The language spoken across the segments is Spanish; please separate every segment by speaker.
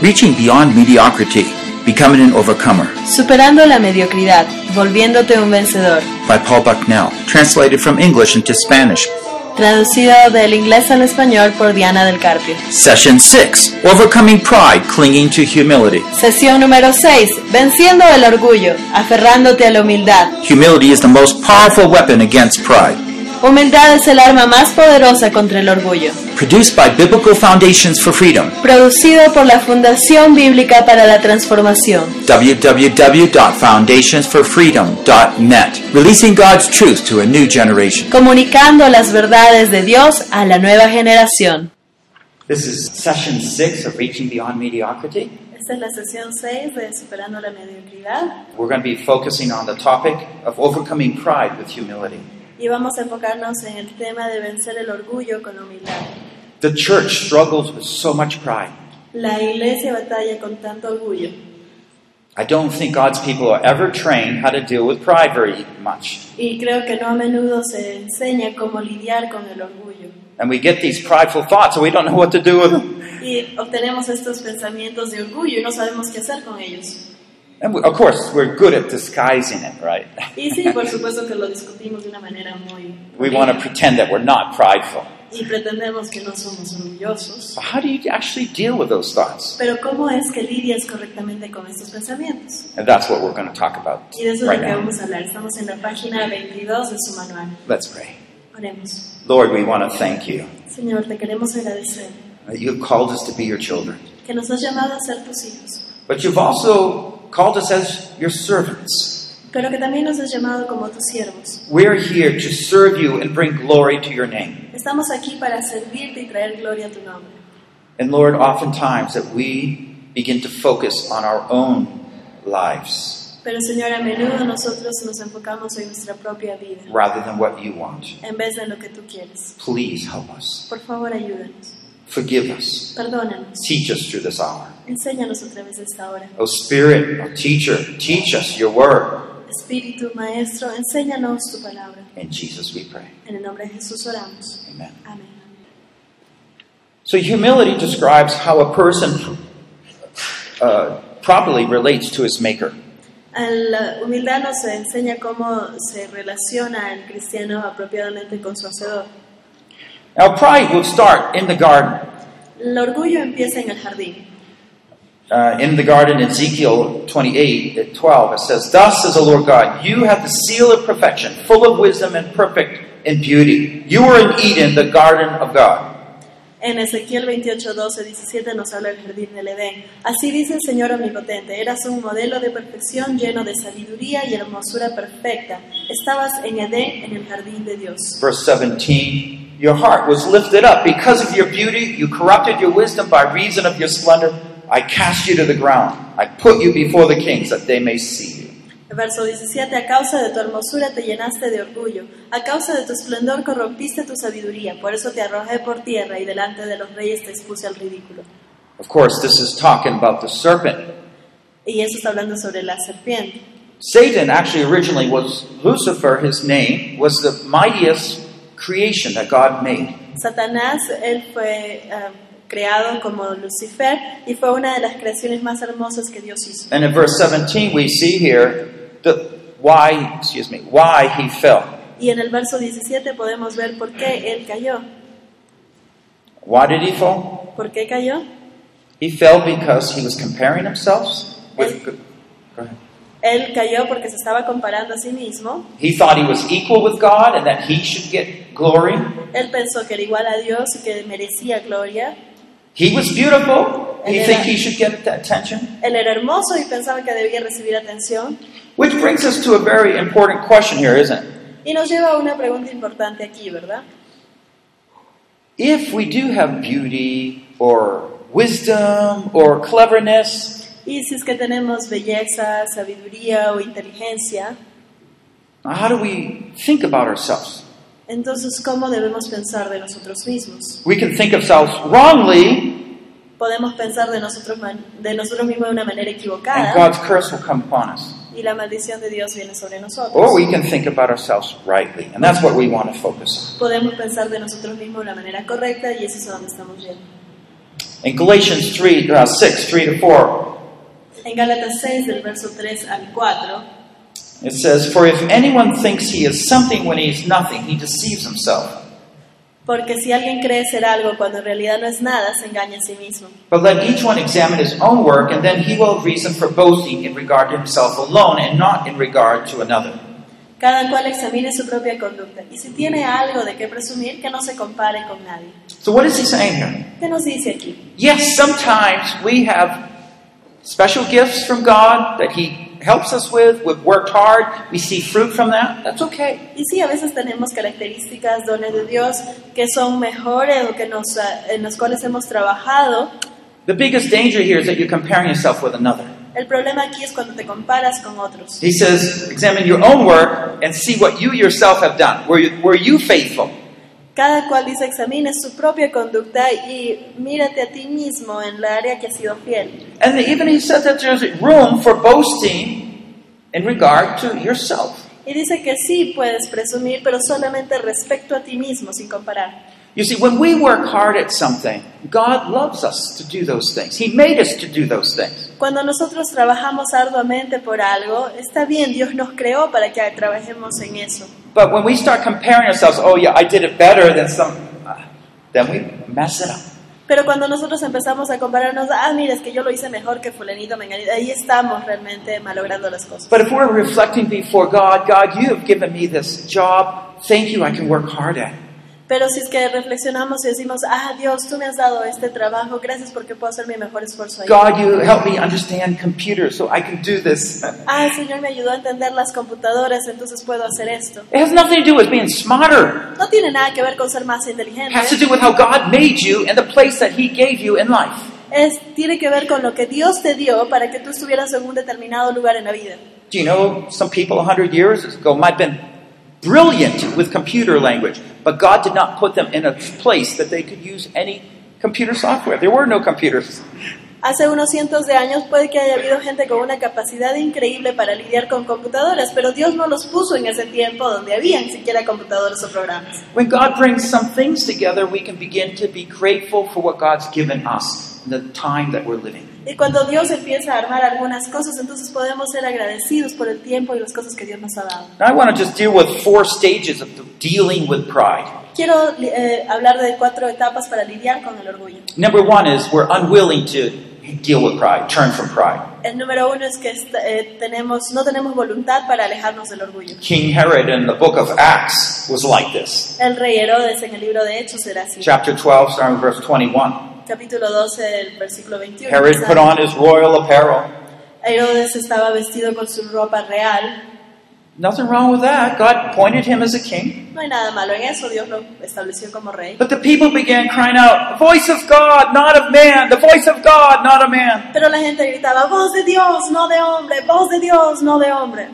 Speaker 1: Reaching beyond mediocrity, becoming an overcomer
Speaker 2: Superando la mediocridad, volviéndote un vencedor.
Speaker 1: by Paul Bucknell, translated from English into Spanish.
Speaker 2: Traducido del inglés al español por Diana del Carpio.
Speaker 1: Session 6, overcoming pride, clinging to humility.
Speaker 2: Sesión número 6. Venciendo el orgullo, aferrándote a la humildad.
Speaker 1: Humility is the most powerful weapon against pride.
Speaker 2: Humildad es el arma más poderosa contra el orgullo.
Speaker 1: Produced by Biblical Foundations for Freedom,
Speaker 2: Producido por la Fundación Bíblica para la Transformación.
Speaker 1: www.foundationsforfreedom.net, releasing God's truth to a new generation.
Speaker 2: Comunicando las verdades de Dios a la nueva generación.
Speaker 3: This is session six of Reaching Beyond Mediocrity.
Speaker 2: Esta es la sesión 6 de Superando la Mediocridad
Speaker 3: We're going to be focusing on the topic of overcoming pride with humility.
Speaker 2: y vamos a enfocarnos en el tema de vencer el orgullo con humildad.
Speaker 3: The church struggles with so much pride.
Speaker 2: La iglesia batalla con tanto orgullo.
Speaker 3: I don't think God's people are ever trained how to deal with pride very much.
Speaker 2: Y creo que no a menudo se enseña cómo lidiar con el orgullo.
Speaker 3: And we get these prideful thoughts and we don't know what to do with them.
Speaker 2: Y obtenemos estos pensamientos de orgullo y no sabemos qué hacer con ellos.
Speaker 3: And we, of course, we're good at disguising it, right?
Speaker 2: Y sí, por supuesto que lo discutimos de una manera muy...
Speaker 3: We want to pretend that we're not prideful.
Speaker 2: Y pretendemos que no somos orgullosos.
Speaker 3: But how do you actually deal with those thoughts?
Speaker 2: Pero ¿cómo es que lidias correctamente con estos pensamientos?
Speaker 3: And that's what we're going to talk about
Speaker 2: Y de eso es
Speaker 3: right
Speaker 2: de lo que
Speaker 3: now.
Speaker 2: vamos a hablar. Estamos en la página 22 de su manual.
Speaker 3: Let's pray.
Speaker 2: Oremos.
Speaker 3: Lord, we want to thank you
Speaker 2: Señor, te queremos agradecer
Speaker 3: that you have called us to be your children.
Speaker 2: que nos has llamado a ser tus hijos,
Speaker 3: But you've also called us as your servants.
Speaker 2: pero que también nos has llamado como tus siervos.
Speaker 3: We're here to serve you and bring glory to your name.
Speaker 2: Estamos aquí para servirte y traer gloria a tu nombre.
Speaker 3: And Lord, oftentimes that we begin to focus on our own lives
Speaker 2: Pero Señor, a menudo nosotros nos enfocamos en nuestra propia vida
Speaker 3: rather than what you want.
Speaker 2: en vez de lo que tú quieres.
Speaker 3: Please help us.
Speaker 2: Por favor, ayúdanos.
Speaker 3: Forgive us.
Speaker 2: Perdónanos.
Speaker 3: Teach us through this hour.
Speaker 2: Enséñanos otra vez esta hora.
Speaker 3: O Spirit, O teacher, teach us your word.
Speaker 2: Espíritu Maestro, enséñanos tu palabra.
Speaker 3: In Jesus we pray.
Speaker 2: En el nombre de Jesús oramos.
Speaker 3: Amen.
Speaker 2: Amén.
Speaker 3: So humility describes how a person uh, properly relates to his maker.
Speaker 2: A La humildad nos enseña cómo se relaciona el cristiano apropiadamente con su hacedor.
Speaker 3: Now, pride will start in the garden.
Speaker 2: El orgullo empieza en el jardín.
Speaker 3: Uh, in the garden, Ezekiel 28 at 12, it says, Thus says the Lord God, you have the seal of perfection, full of wisdom and perfect in beauty. You are in Eden, the garden of God.
Speaker 2: En Ezequiel 28, 12, 17 nos habla del jardín del Edén. Así dice el Señor Omnipotente, eras un modelo de perfección lleno de sabiduría y hermosura perfecta. Estabas en Edén, en el jardín de Dios.
Speaker 3: Verse 17, your heart was lifted up because of your beauty. You corrupted your wisdom by reason of your splendor. I cast you to the ground. I put you before the kings that they may see you.
Speaker 2: El Verso 17, a causa de tu hermosura te llenaste de orgullo, a causa de tu esplendor corrompiste tu sabiduría, por eso te arrojé por tierra y delante de los reyes te expuse al ridículo.
Speaker 3: Of course, this is talking about the serpent.
Speaker 2: Y eso está hablando sobre la serpiente.
Speaker 3: Satan actually originally was Lucifer, his name, was the mightiest creation that God made.
Speaker 2: Satanás, él fue ah, creado como Lucifer y fue una de las creaciones más hermosas que Dios hizo.
Speaker 3: And in verse 17 we see here the why, excuse me, why he fell.
Speaker 2: Y en el verso 17 podemos ver por qué él cayó.
Speaker 3: Why did he fall?
Speaker 2: ¿Por qué cayó?
Speaker 3: He fell because he was comparing himself with go ahead.
Speaker 2: Él cayó porque se estaba comparando a sí mismo.
Speaker 3: He thought he was equal with God and that he should get glory.
Speaker 2: Él pensó que era igual a Dios y que merecía gloria.
Speaker 3: He was beautiful. He think he should get that attention.
Speaker 2: Él era hermoso y pensaba que debía recibir atención.
Speaker 3: Which brings us to a very important question here, isn't it?
Speaker 2: Y nos lleva a una pregunta importante aquí, ¿verdad?
Speaker 3: if we do have beauty or wisdom or cleverness,
Speaker 2: Y si es que tenemos belleza, sabiduría o inteligencia,
Speaker 3: how do we think about ourselves?
Speaker 2: entonces ¿cómo debemos pensar de nosotros mismos?
Speaker 3: We can think ourselves wrongly,
Speaker 2: Podemos pensar de nosotros, man- de nosotros mismos de una manera
Speaker 3: and
Speaker 2: equivocada
Speaker 3: God's curse will come upon us.
Speaker 2: y la maldición de Dios viene sobre nosotros.
Speaker 3: Or we can think about ourselves rightly, and that's what we want to focus
Speaker 2: Podemos pensar de nosotros mismos de la manera correcta y eso es a donde estamos yendo.
Speaker 3: on. In Galatians 3, uh, 6, 3 to 4,
Speaker 2: En Gálatas 6, del verso 3 al 4,
Speaker 3: it says, For if anyone thinks he is something when he is nothing, he deceives himself.
Speaker 2: porque si alguien cree ser algo cuando en realidad no es nada, se engaña a sí mismo.
Speaker 3: But let each one examine his own work, and then he will reason for boasting in regard to himself alone and not in regard to another.
Speaker 2: Cada cual examine su propia conducta y si tiene algo de qué presumir, que no se compare con nadie.
Speaker 3: So, what is he saying here?
Speaker 2: ¿Qué nos dice aquí?
Speaker 3: Yes, sometimes we have special gifts from God that He helps us with. We've worked hard, we see fruit from that. That's okay.
Speaker 2: Y sí, a veces tenemos características, dones de Dios que son mejores o que nos, ah, en los cuales hemos trabajado.
Speaker 3: The biggest danger here is that you're comparing yourself with another.
Speaker 2: El problema aquí es cuando te comparas con otros.
Speaker 3: He says, examine your own work and see what you yourself have done. Were you, were you faithful?
Speaker 2: Cada cual dice examine su propia conducta y mírate a ti mismo en la área que has sido fiel.
Speaker 3: And even he says that there's room for boasting in regard to yourself.
Speaker 2: Y dice que sí puedes presumir, pero solamente respecto a ti mismo, sin comparar.
Speaker 3: You see, when we work hard at something, God loves us to do those things. He made us to do those things.
Speaker 2: Cuando nosotros trabajamos arduamente por algo, está bien, Dios nos creó para que trabajemos en eso.
Speaker 3: But when we start comparing ourselves, oh yeah, I did it better than some, uh, then we mess it up.
Speaker 2: Pero cuando nosotros empezamos a compararnos, ah, mira, es que yo lo hice mejor que fulanito, menganito, ahí estamos realmente malogrando las cosas.
Speaker 3: But if we're reflecting before God, God, you have given me this job. Thank you, I can work hard at it.
Speaker 2: Pero si es que reflexionamos y decimos, ah, Dios, tú me has dado este trabajo, gracias porque puedo hacer mi mejor esfuerzo ahí.
Speaker 3: God, you help me understand computers so I can do this. It
Speaker 2: Ah, Señor, me ayudó a entender las computadoras, entonces puedo hacer esto.
Speaker 3: has nothing to do with being smarter.
Speaker 2: No tiene nada que ver con ser más
Speaker 3: It
Speaker 2: inteligente.
Speaker 3: has to do with how God made you and the place that He gave you in life.
Speaker 2: Es, tiene que ver con lo que Dios te dio para que tú estuvieras en un determinado lugar en la vida.
Speaker 3: Do you know some people 100 years ago might have been brilliant with computer language, but God did not put them in a place that they could use any computer software. There were no computers.
Speaker 2: Hace unos cientos de años puede que haya habido gente con una capacidad increíble para lidiar con computadoras, pero Dios no los puso en ese tiempo donde habían siquiera computadoras o programas.
Speaker 3: When God brings some things together, we can begin to be grateful for what God's given us in the time that we're living.
Speaker 2: Y cuando Dios empieza a armar algunas cosas, entonces podemos ser agradecidos por el tiempo y las cosas que Dios nos ha dado.
Speaker 3: Now, I want to just deal with four stages of dealing with pride.
Speaker 2: Quiero eh, hablar de cuatro etapas para lidiar con el orgullo.
Speaker 3: Number one is we're unwilling to deal with pride, turn from pride.
Speaker 2: El número uno es que est- eh, tenemos, no tenemos voluntad para alejarnos del orgullo.
Speaker 3: King Herod in the book of Acts was like this.
Speaker 2: El rey Herodes en el libro de Hechos era así.
Speaker 3: Chapter 12, starting with verse 21.
Speaker 2: Capítulo 12 del versículo 21.
Speaker 3: Herod put on his royal apparel.
Speaker 2: Herodes estaba vestido con su ropa real.
Speaker 3: Nothing wrong with that. God appointed him as a king.
Speaker 2: No hay nada malo en eso, Dios lo estableció como rey.
Speaker 3: But the people began crying out, The voice of God, not of man, the voice of God, not of man.
Speaker 2: Pero la gente gritaba, voz de Dios, no de hombre, voz de Dios, no de hombre.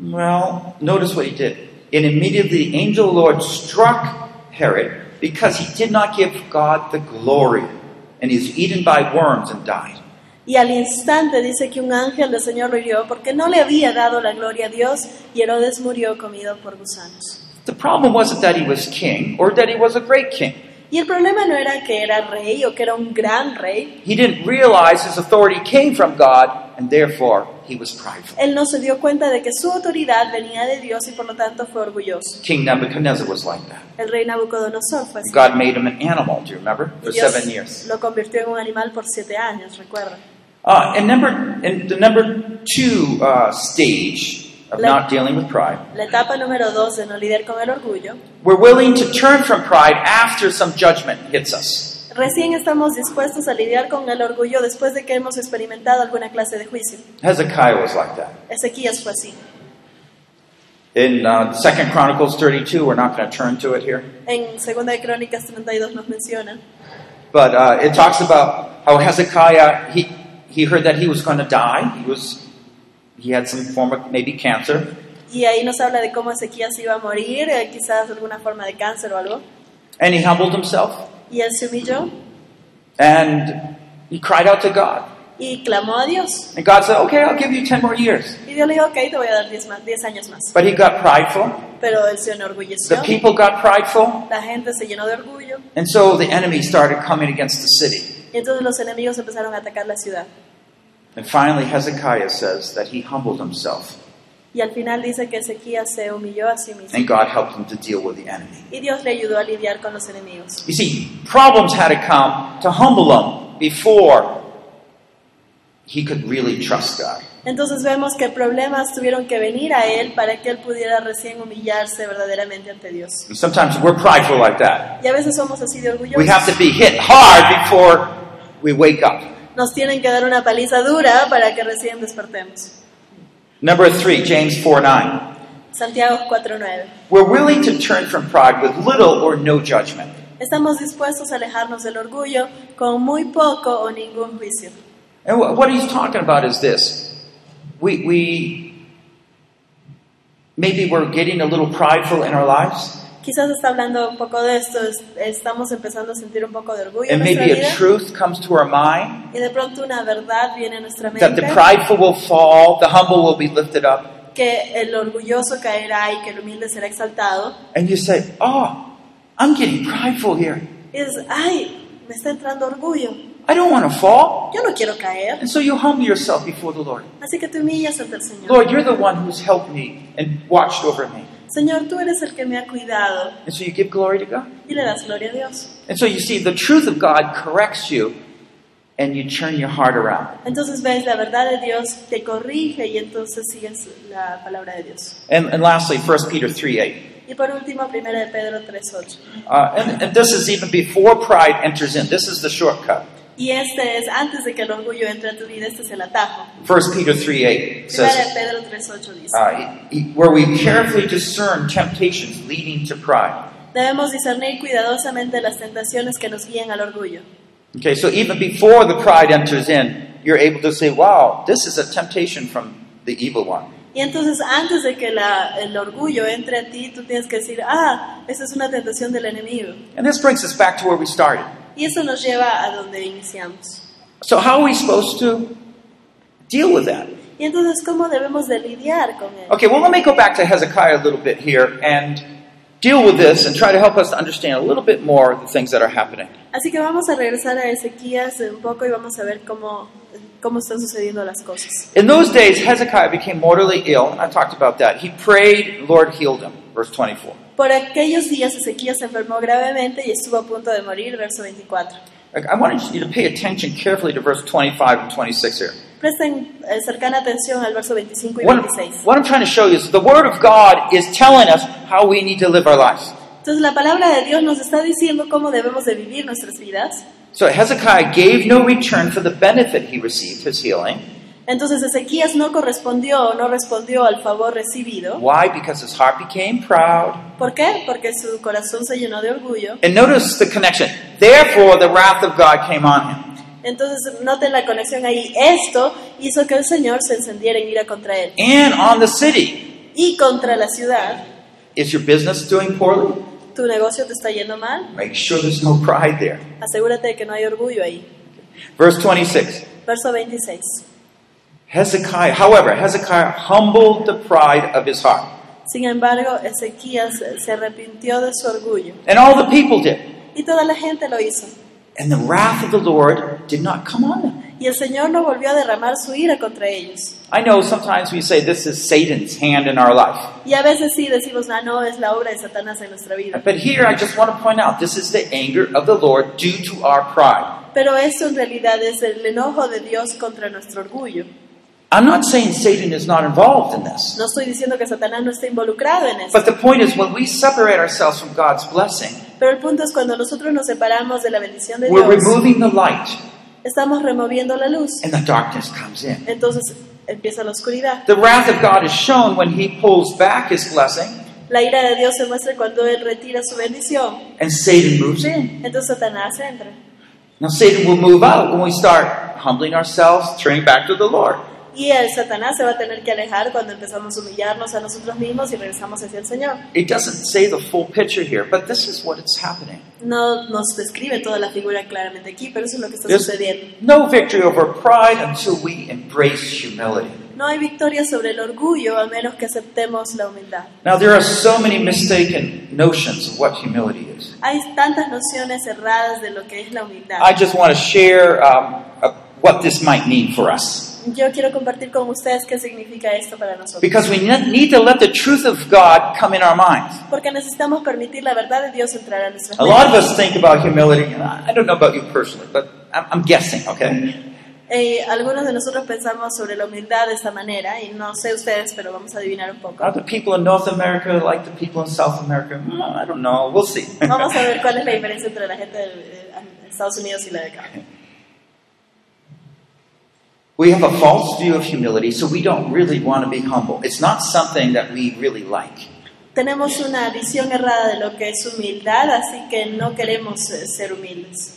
Speaker 3: Well, notice what he did. And immediately the angel of the Lord struck Herod because he did not give God the glory. And he was eaten by worms and died.
Speaker 2: Y al instante dice que un ángel del Señor lo hirió porque no le había dado la gloria a Dios y Herodes murió comido por gusanos.
Speaker 3: The problem wasn't that he was king or that he was a great king.
Speaker 2: Y el problema no era que era rey o que era un gran rey.
Speaker 3: He didn't realize his authority came from God, and therefore he was prideful.
Speaker 2: Él no se dio cuenta de que su autoridad venía de Dios y por lo tanto fue orgulloso.
Speaker 3: King Nebuchadnezzar was like that.
Speaker 2: El rey Nabucodonosor fue así.
Speaker 3: God made him an animal, do you remember?
Speaker 2: Y
Speaker 3: For
Speaker 2: Dios
Speaker 3: seven years.
Speaker 2: lo convirtió en un animal por siete años, recuerda.
Speaker 3: Uh, and number and the number two uh, stage of
Speaker 2: Let-
Speaker 3: not dealing with pride,
Speaker 2: La etapa número dos de no lidiar con el orgullo.
Speaker 3: we're willing to turn from pride after some judgment hits us.
Speaker 2: Recién estamos dispuestos a lidiar con el orgullo después de que hemos experimentado alguna clase de juicio.
Speaker 3: Hezekiah was like that.
Speaker 2: Ezequías fue así.
Speaker 3: In uh, Second Chronicles 32, we're not going to turn to it here,
Speaker 2: En Segunda de Crónicas 32 nos menciona.
Speaker 3: but uh, it talks about how Hezekiah he he heard that he was going to die. He was he had some form of maybe cancer,
Speaker 2: Y ahí nos habla de cómo Ezequías iba a morir, eh, quizás alguna forma de cáncer o algo.
Speaker 3: and he humbled himself
Speaker 2: Y él se humilló
Speaker 3: and he cried out to God.
Speaker 2: y clamó a Dios.
Speaker 3: And God said, okay, I'll give you 10 more years.
Speaker 2: Y Dios le dijo, ok, te voy a dar 10 más, 10 años más.
Speaker 3: But he got prideful.
Speaker 2: Pero él se
Speaker 3: The
Speaker 2: enorgulleció.
Speaker 3: people got prideful.
Speaker 2: La gente se llenó de orgullo
Speaker 3: And so the enemy started coming against the city.
Speaker 2: Entonces los enemigos empezaron a atacar la ciudad.
Speaker 3: And finally, Hezekiah says that he humbled himself,
Speaker 2: Y al final dice que Ezequías se humilló a sí mismo.
Speaker 3: and God helped him to deal with the enemy.
Speaker 2: Y Dios le ayudó a lidiar con los enemigos.
Speaker 3: You see, problems had to come to humble him before he could really trust God.
Speaker 2: Entonces vemos que problemas tuvieron que venir a él para que él pudiera recién humillarse verdaderamente ante Dios.
Speaker 3: And sometimes we're prideful like that.
Speaker 2: Y a veces somos así de
Speaker 3: We have
Speaker 2: orgullosos.
Speaker 3: to be hit hard before we wake up.
Speaker 2: Nos tienen que dar una paliza dura para que recién despertemos.
Speaker 3: Number three, James 4 9.
Speaker 2: Santiago 4:9.
Speaker 3: We're willing to turn from pride with little or no judgment.
Speaker 2: Estamos dispuestos a alejarnos del orgullo con muy poco o ningún juicio.
Speaker 3: And wh- what he's talking about is this. We, we maybe we're getting a little prideful in our lives.
Speaker 2: Quizás está hablando un poco de esto, es- estamos empezando a sentir un poco de orgullo
Speaker 3: And
Speaker 2: en nuestra
Speaker 3: maybe a
Speaker 2: vida
Speaker 3: truth comes to our mind
Speaker 2: y de pronto una verdad viene a nuestra
Speaker 3: that the
Speaker 2: mente
Speaker 3: prideful will fall, the humble will be lifted up.
Speaker 2: que el orgulloso caerá y que el humilde será exaltado.
Speaker 3: And you say, Oh, I'm getting prideful here.
Speaker 2: Y dices, ay, me está entrando orgullo,
Speaker 3: I don't want to fall.
Speaker 2: yo no quiero caer.
Speaker 3: And so you humble yourself before the Lord.
Speaker 2: Así que te humillas ante el Señor.
Speaker 3: Lord, you're the one who's helped me and watched over me.
Speaker 2: Señor, tú eres el que me ha cuidado
Speaker 3: And so you give glory to God.
Speaker 2: y le das gloria a Dios.
Speaker 3: And so you see, the truth of God corrects you and you turn your heart around.
Speaker 2: Entonces ves la verdad de Dios, te corrige y entonces sigues la palabra de Dios.
Speaker 3: And, and lastly, 1 Peter 3 8.
Speaker 2: Y por último, 1 de Pedro 3.8.
Speaker 3: Uh, and, and this is even before pride enters in. This is the shortcut.
Speaker 2: Y este es, antes de que el orgullo entre a tu vida, este es el atajo.
Speaker 3: 1 Peter 3 8
Speaker 2: 1 de
Speaker 3: says,
Speaker 2: Pedro 3.8 dice,
Speaker 3: uh, where we carefully discern temptations leading to pride.
Speaker 2: debemos discernir cuidadosamente las tentaciones que nos guían al orgullo.
Speaker 3: Okay, so even before the pride enters in, you're able to say, wow, this is a temptation from the evil one.
Speaker 2: Y entonces, antes de que la- el orgullo entre a ti, tú tienes que decir, ah, esa es una tentación del enemigo.
Speaker 3: And this brings us back to where we started.
Speaker 2: Y eso nos lleva a donde iniciamos.
Speaker 3: So, how are we supposed to deal with that?
Speaker 2: Y entonces, ¿cómo debemos de lidiar con él?
Speaker 3: Okay, well, let me go back to Hezekiah a little bit here and deal with this and try to help us to understand a little bit more of the things that are happening.
Speaker 2: Así que vamos a regresar a Ezequías un poco y vamos a ver cómo, cómo están sucediendo las cosas.
Speaker 3: In those days, Hezekiah became mortally ill, and I talked about that. He prayed, Lord healed him. Verse 24.
Speaker 2: Por aquellos días Ezequías se enfermó gravemente y estuvo a punto de morir, verso 24.
Speaker 3: Like, I wanted you to pay attention carefully to verse 25 and 26 here.
Speaker 2: Presten eh, cercana atención al verso 25 y
Speaker 3: What,
Speaker 2: 26.
Speaker 3: what I'm trying to show you is the Word of God is telling us how we need to live our lives.
Speaker 2: Entonces la palabra de Dios nos está diciendo cómo debemos de vivir nuestras vidas.
Speaker 3: So Hezekiah gave no return for the benefit he received, his healing.
Speaker 2: Entonces Ezequías no correspondió o no respondió al favor recibido.
Speaker 3: Why? Because his heart became proud.
Speaker 2: ¿Por qué? Porque su corazón se llenó de orgullo.
Speaker 3: And notice the connection. Therefore, the wrath of God came on him.
Speaker 2: Entonces noten la conexión ahí. Esto hizo que el Señor se encendiera en ira contra él
Speaker 3: And on the city.
Speaker 2: y contra la ciudad.
Speaker 3: Is your business doing poorly?
Speaker 2: Tu negocio te está yendo mal.
Speaker 3: Make sure there's no pride there.
Speaker 2: Asegúrate de que no hay orgullo ahí.
Speaker 3: Verse 26.
Speaker 2: Verso 26.
Speaker 3: Hezekiah, however, Hezekiah humbled the pride of his heart.
Speaker 2: Sin embargo, Ezequías se arrepintió de su orgullo
Speaker 3: And all the people did.
Speaker 2: y toda la gente lo hizo.
Speaker 3: And the wrath of the Lord did not come on them.
Speaker 2: Y el Señor no volvió a derramar su ira contra ellos.
Speaker 3: I know sometimes we say this is Satan's hand in our life.
Speaker 2: Y a veces sí decimos, ah, no, es la obra de Satanás en nuestra vida.
Speaker 3: But here I just want to point out this is the anger of the Lord due to our pride.
Speaker 2: Pero esto en realidad es el enojo de Dios contra nuestro orgullo.
Speaker 3: I'm not saying Satan is not involved in this.
Speaker 2: No estoy diciendo que Satanás no esté involucrado en esto.
Speaker 3: But the point is, when we separate ourselves from God's blessing,
Speaker 2: Pero el punto es cuando nosotros nos separamos de la bendición de
Speaker 3: we're
Speaker 2: Dios,
Speaker 3: removing the light
Speaker 2: estamos removiendo la luz.
Speaker 3: and the darkness comes in.
Speaker 2: Entonces empieza la oscuridad.
Speaker 3: The wrath of God is shown when he pulls back his blessing
Speaker 2: La ira de Dios se muestra cuando Él retira su bendición.
Speaker 3: and Satan moves in.
Speaker 2: Entonces Satanás entra.
Speaker 3: Now, Satan will move out when we start humbling ourselves, turning back to the Lord.
Speaker 2: Y el Satanás se va a tener que alejar cuando empezamos a humillarnos a nosotros mismos y regresamos hacia el Señor.
Speaker 3: It doesn't say the full picture here, but this is what is happening.
Speaker 2: No nos describe toda la figura claramente aquí, pero eso es lo que está
Speaker 3: There's
Speaker 2: sucediendo.
Speaker 3: no victory over pride until we embrace humility.
Speaker 2: No hay victoria sobre el orgullo a menos que aceptemos la humildad.
Speaker 3: Now, there are so many mistaken notions of what humility is.
Speaker 2: Hay tantas nociones erradas de lo que es la humildad.
Speaker 3: I just want to share um, uh, what this might mean for us.
Speaker 2: Yo quiero compartir con ustedes qué significa esto para nosotros.
Speaker 3: Because we ne- need to let the truth of God come in our minds.
Speaker 2: Porque necesitamos permitir la verdad de Dios entrar a nuestras
Speaker 3: A lot of
Speaker 2: vidas.
Speaker 3: us think about humility, and I I don't know about you personally, but I'm, I'm guessing, okay?
Speaker 2: Eh, algunos de nosotros pensamos sobre la humildad de esta manera, y no sé ustedes, pero vamos a adivinar un poco.
Speaker 3: Are the people in North America like the people in South America? Hmm, I don't know. We'll see.
Speaker 2: Vamos a ver cuál es la diferencia entre la gente de, de- de Estados Unidos y la de acá.
Speaker 3: we have a false view of humility, so we don't really want to be humble. It's not something that we really like.
Speaker 2: Tenemos una visión errada de lo que es humildad, así que no queremos eh, ser humildes.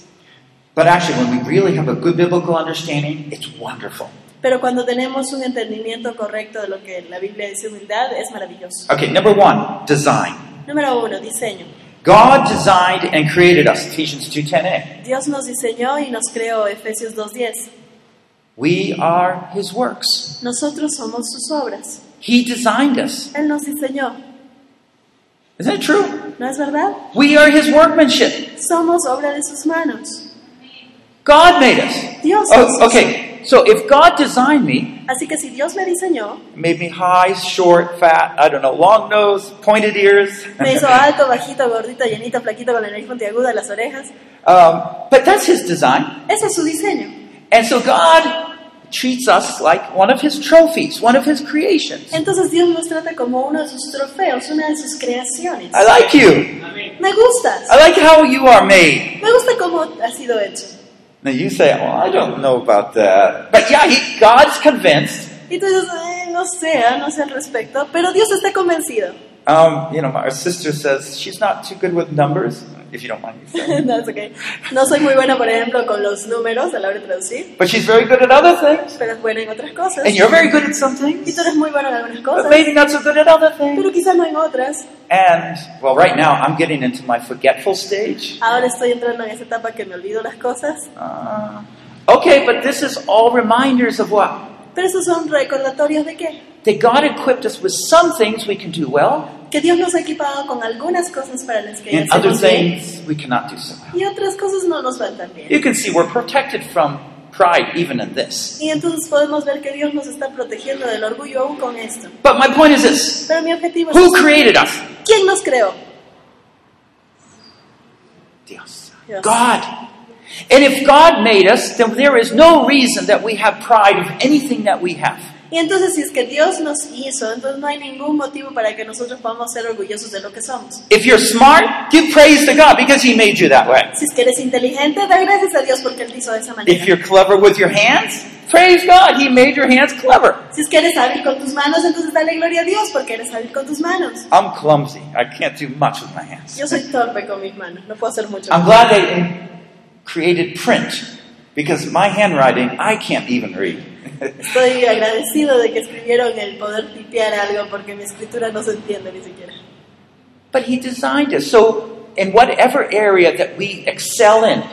Speaker 3: But actually, when we really have a good biblical understanding, it's wonderful.
Speaker 2: Pero cuando tenemos un entendimiento correcto de lo que la Biblia dice humildad, es maravilloso.
Speaker 3: Okay, number one, design.
Speaker 2: Número uno, diseño.
Speaker 3: God designed and created us, Ephesians 2.10a.
Speaker 2: Dios nos diseñó y nos creó, Efesios 2.10.
Speaker 3: We are his works.
Speaker 2: Nosotros somos sus obras.
Speaker 3: He designed us.
Speaker 2: Él nos diseñó,
Speaker 3: Isn't that true?
Speaker 2: ¿no es verdad?
Speaker 3: We are his workmanship.
Speaker 2: Somos obra de sus manos.
Speaker 3: God made us.
Speaker 2: Dios
Speaker 3: Oh,
Speaker 2: nos
Speaker 3: okay, so if God designed me,
Speaker 2: hizo. Así que si Dios me diseñó,
Speaker 3: made me high, short, fat, I don't know, long nose, pointed ears.
Speaker 2: me hizo alto, bajito, gordito, llenito, flaquito, con la nariz puntiaguda, las orejas,
Speaker 3: um, but that's his design.
Speaker 2: ese es su diseño.
Speaker 3: And so God treats us like one of his trophies, one of his creations.
Speaker 2: Entonces Dios nos trata como uno de sus trofeos, una de sus creaciones.
Speaker 3: I like you.
Speaker 2: Me gustas,
Speaker 3: I like how you are made.
Speaker 2: me gusta cómo ha sido hecho.
Speaker 3: Now you say, "Well, I don't know about that," but yeah, he, God's convinced.
Speaker 2: Y tú dices, "Eh, no sé, ah, no sé al respecto, pero Dios está convencido.
Speaker 3: Um, you know, our sister says she's not too good with numbers, if you don't mind me saying,
Speaker 2: That's okay. No soy muy buena, por ejemplo, con los números a la hora de traducir,
Speaker 3: but she's very good at other things,
Speaker 2: pero es buena en otras cosas.
Speaker 3: and you're very good at some things,
Speaker 2: Y tú eres muy bueno en algunas
Speaker 3: but
Speaker 2: cosas,
Speaker 3: maybe not so good at other things.
Speaker 2: pero quizás no en otras.
Speaker 3: And well, right now I'm getting into my forgetful stage.
Speaker 2: Ahora estoy entrando en esa etapa que me olvido las cosas,
Speaker 3: Uh, okay, but this is all reminders of what
Speaker 2: pero esos son recordatorios de qué?
Speaker 3: that God equipped us with. Some things we can do well,
Speaker 2: Que Dios nos ha equipado con algunas cosas para las que
Speaker 3: and other
Speaker 2: hacemos bien,
Speaker 3: things we cannot do so well.
Speaker 2: y otras cosas no nos van tan bien.
Speaker 3: You can see we're protected from pride even in this.
Speaker 2: Y entonces podemos ver que Dios nos está protegiendo del orgullo aún con esto.
Speaker 3: But my point is this
Speaker 2: Pero mi objetivo
Speaker 3: who
Speaker 2: es,
Speaker 3: created us?
Speaker 2: ¿quién nos creó?
Speaker 3: Dios.
Speaker 2: Yes.
Speaker 3: God. And if God made us, then there is no reason that we have pride of anything that we have.
Speaker 2: Y entonces si es que Dios nos hizo, entonces no hay ningún motivo para que nosotros podamos ser orgullosos de lo que somos.
Speaker 3: If you're smart, give praise to God because He made you that way.
Speaker 2: Si es que eres inteligente, da gracias a Dios porque Él te hizo de esa
Speaker 3: If
Speaker 2: manera.
Speaker 3: you're clever with your hands, praise God, He made your hands clever.
Speaker 2: Si es que eres hábil con tus manos, entonces dale gloria a Dios porque eres hábil con tus manos.
Speaker 3: I'm clumsy. I can't do much with my hands.
Speaker 2: Yo soy torpe con mis manos, no puedo hacer mucho.
Speaker 3: I'm glad they created print because my handwriting, I can't even read.
Speaker 2: Estoy agradecido de que escribieron el poder tipear algo porque mi escritura no se entiende ni siquiera.
Speaker 3: But he designed us. So, in whatever area that we excel in,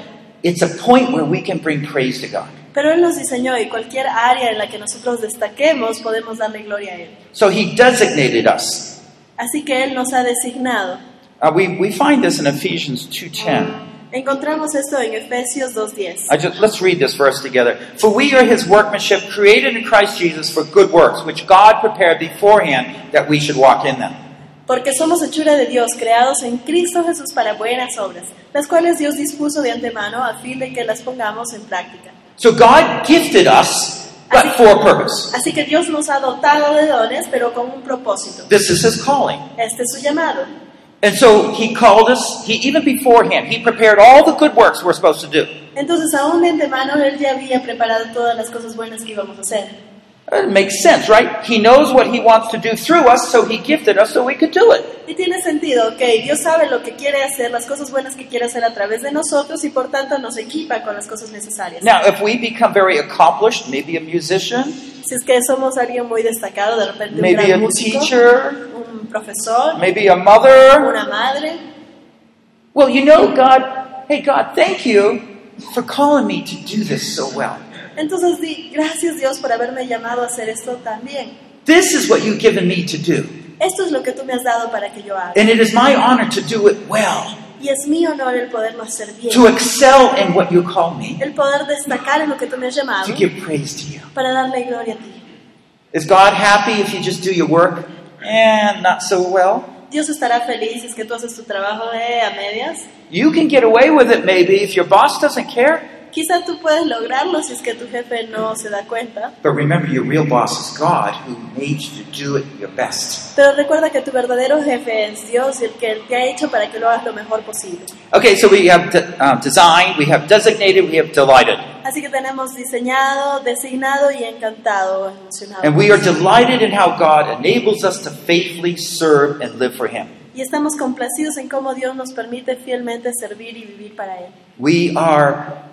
Speaker 3: it's a point where we can bring praise to God.
Speaker 2: Pero Él nos diseñó y cualquier área en la que nosotros destaquemos podemos darle gloria a Él.
Speaker 3: So, he designated us.
Speaker 2: Así que Él nos ha designado.
Speaker 3: Uh, we, we find this in Ephesians 2.10.
Speaker 2: Encontramos esto en Efesios 2.10.
Speaker 3: I just, let's read this verse together. For we are his workmanship, created in Christ Jesus for good works, which God prepared beforehand that we should walk in them.
Speaker 2: Porque somos hechura de Dios, creados en Cristo Jesús para buenas obras, las cuales Dios dispuso de antemano a fin de que las pongamos en práctica.
Speaker 3: So, God gifted us, but for a purpose.
Speaker 2: Así que Dios nos ha dotado de dones, pero con un propósito.
Speaker 3: This is his calling.
Speaker 2: Este es su llamado.
Speaker 3: And so, he called us, he, even beforehand, he prepared all the good works we're supposed to do.
Speaker 2: Entonces, aún de antemano, Él ya había preparado todas las cosas buenas que íbamos a hacer.
Speaker 3: It makes sense, right? He knows what he wants to do through us, so he gifted us so we could do it.
Speaker 2: Y tiene sentido, ok, Dios sabe lo que quiere hacer, las cosas buenas que quiere hacer a través de nosotros y por tanto nos equipa con las cosas necesarias.
Speaker 3: Now, if we become very accomplished, maybe a musician,
Speaker 2: Si es que somos alguien muy destacado, de repente un
Speaker 3: maybe
Speaker 2: gran
Speaker 3: a
Speaker 2: músico,
Speaker 3: teacher,
Speaker 2: un profesor,
Speaker 3: maybe a mother,
Speaker 2: una madre,
Speaker 3: well, you know, God, hey, God, thank you for calling me to do this so well.
Speaker 2: entonces di, gracias Dios por haberme llamado a hacer esto también.
Speaker 3: This is what you've given me to do.
Speaker 2: Esto es lo que tú me has dado para que yo haga.
Speaker 3: And it is my honor to do it well,
Speaker 2: Y es mi honor el poderlo hacer bien.
Speaker 3: to excel in what you call me,
Speaker 2: El poder destacar en lo que tú me has llamado
Speaker 3: to give praise to you.
Speaker 2: para darle gloria a ti.
Speaker 3: Is God happy if you just do your work? Eh, not so well.
Speaker 2: Dios estará feliz si es que tú haces tu trabajo eh, a medias.
Speaker 3: You can get away with it maybe if your boss doesn't care.
Speaker 2: Quizá tú puedes lograrlo si es que tu jefe no se da cuenta.
Speaker 3: But remember, your real boss is God who made you to do it your best.
Speaker 2: Pero recuerda que tu verdadero jefe es Dios y el que te ha hecho para que lo hagas lo mejor posible.
Speaker 3: Okay, so we have de- uh, designed, we have designated, we have delighted.
Speaker 2: Así que tenemos diseñado, designado y encantado, emocionado.
Speaker 3: And we are delighted in how God enables us to faithfully serve and live for Him.
Speaker 2: Y estamos complacidos en cómo Dios nos permite fielmente servir y vivir para Él.
Speaker 3: We are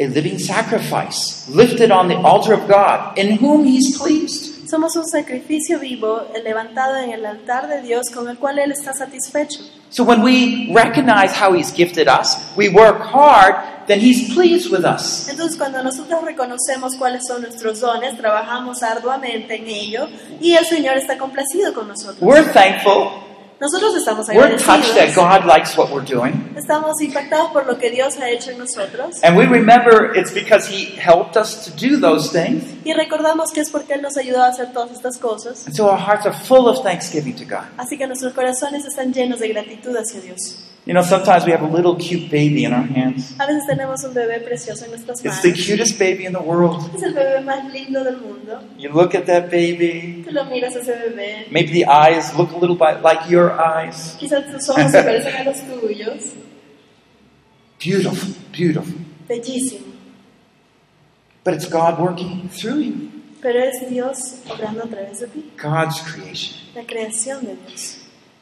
Speaker 3: a living sacrifice lifted on the altar of God, in whom He's pleased.
Speaker 2: Somos un sacrificio vivo eh, levantado en el altar de Dios con el cual Él está satisfecho.
Speaker 3: So when we recognize how He's gifted us, we work hard, then He's pleased with us.
Speaker 2: Entonces cuando nosotros reconocemos cuáles son nuestros dones, trabajamos arduamente en ello y el Señor está complacido con nosotros.
Speaker 3: We're thankful.
Speaker 2: Nosotros estamos
Speaker 3: We're touched that
Speaker 2: agradecidos,
Speaker 3: God likes what we're doing.
Speaker 2: estamos impactados por lo que Dios ha hecho en nosotros
Speaker 3: And we remember it's because He helped us to do those things.
Speaker 2: y recordamos que es porque Él nos ayudó a hacer todas estas cosas.
Speaker 3: And so our hearts are full of thanksgiving to God.
Speaker 2: Así que nuestros corazones están llenos de gratitud hacia Dios.
Speaker 3: You know, sometimes we have a little cute baby in our hands.
Speaker 2: A veces tenemos un bebé precioso en nuestras
Speaker 3: It's
Speaker 2: manos.
Speaker 3: the cutest baby in the world.
Speaker 2: Es el bebé más lindo del mundo.
Speaker 3: You look at that baby.
Speaker 2: Tú lo miras a ese bebé.
Speaker 3: Maybe the eyes look a little bit like your eyes.
Speaker 2: Quizás tus ojos se parecen a los tuyos.
Speaker 3: Beautiful, beautiful.
Speaker 2: Bellísimo.
Speaker 3: But it's God working through you.
Speaker 2: Pero es Dios obrando a través de ti,
Speaker 3: God's creation.
Speaker 2: la creación de Dios.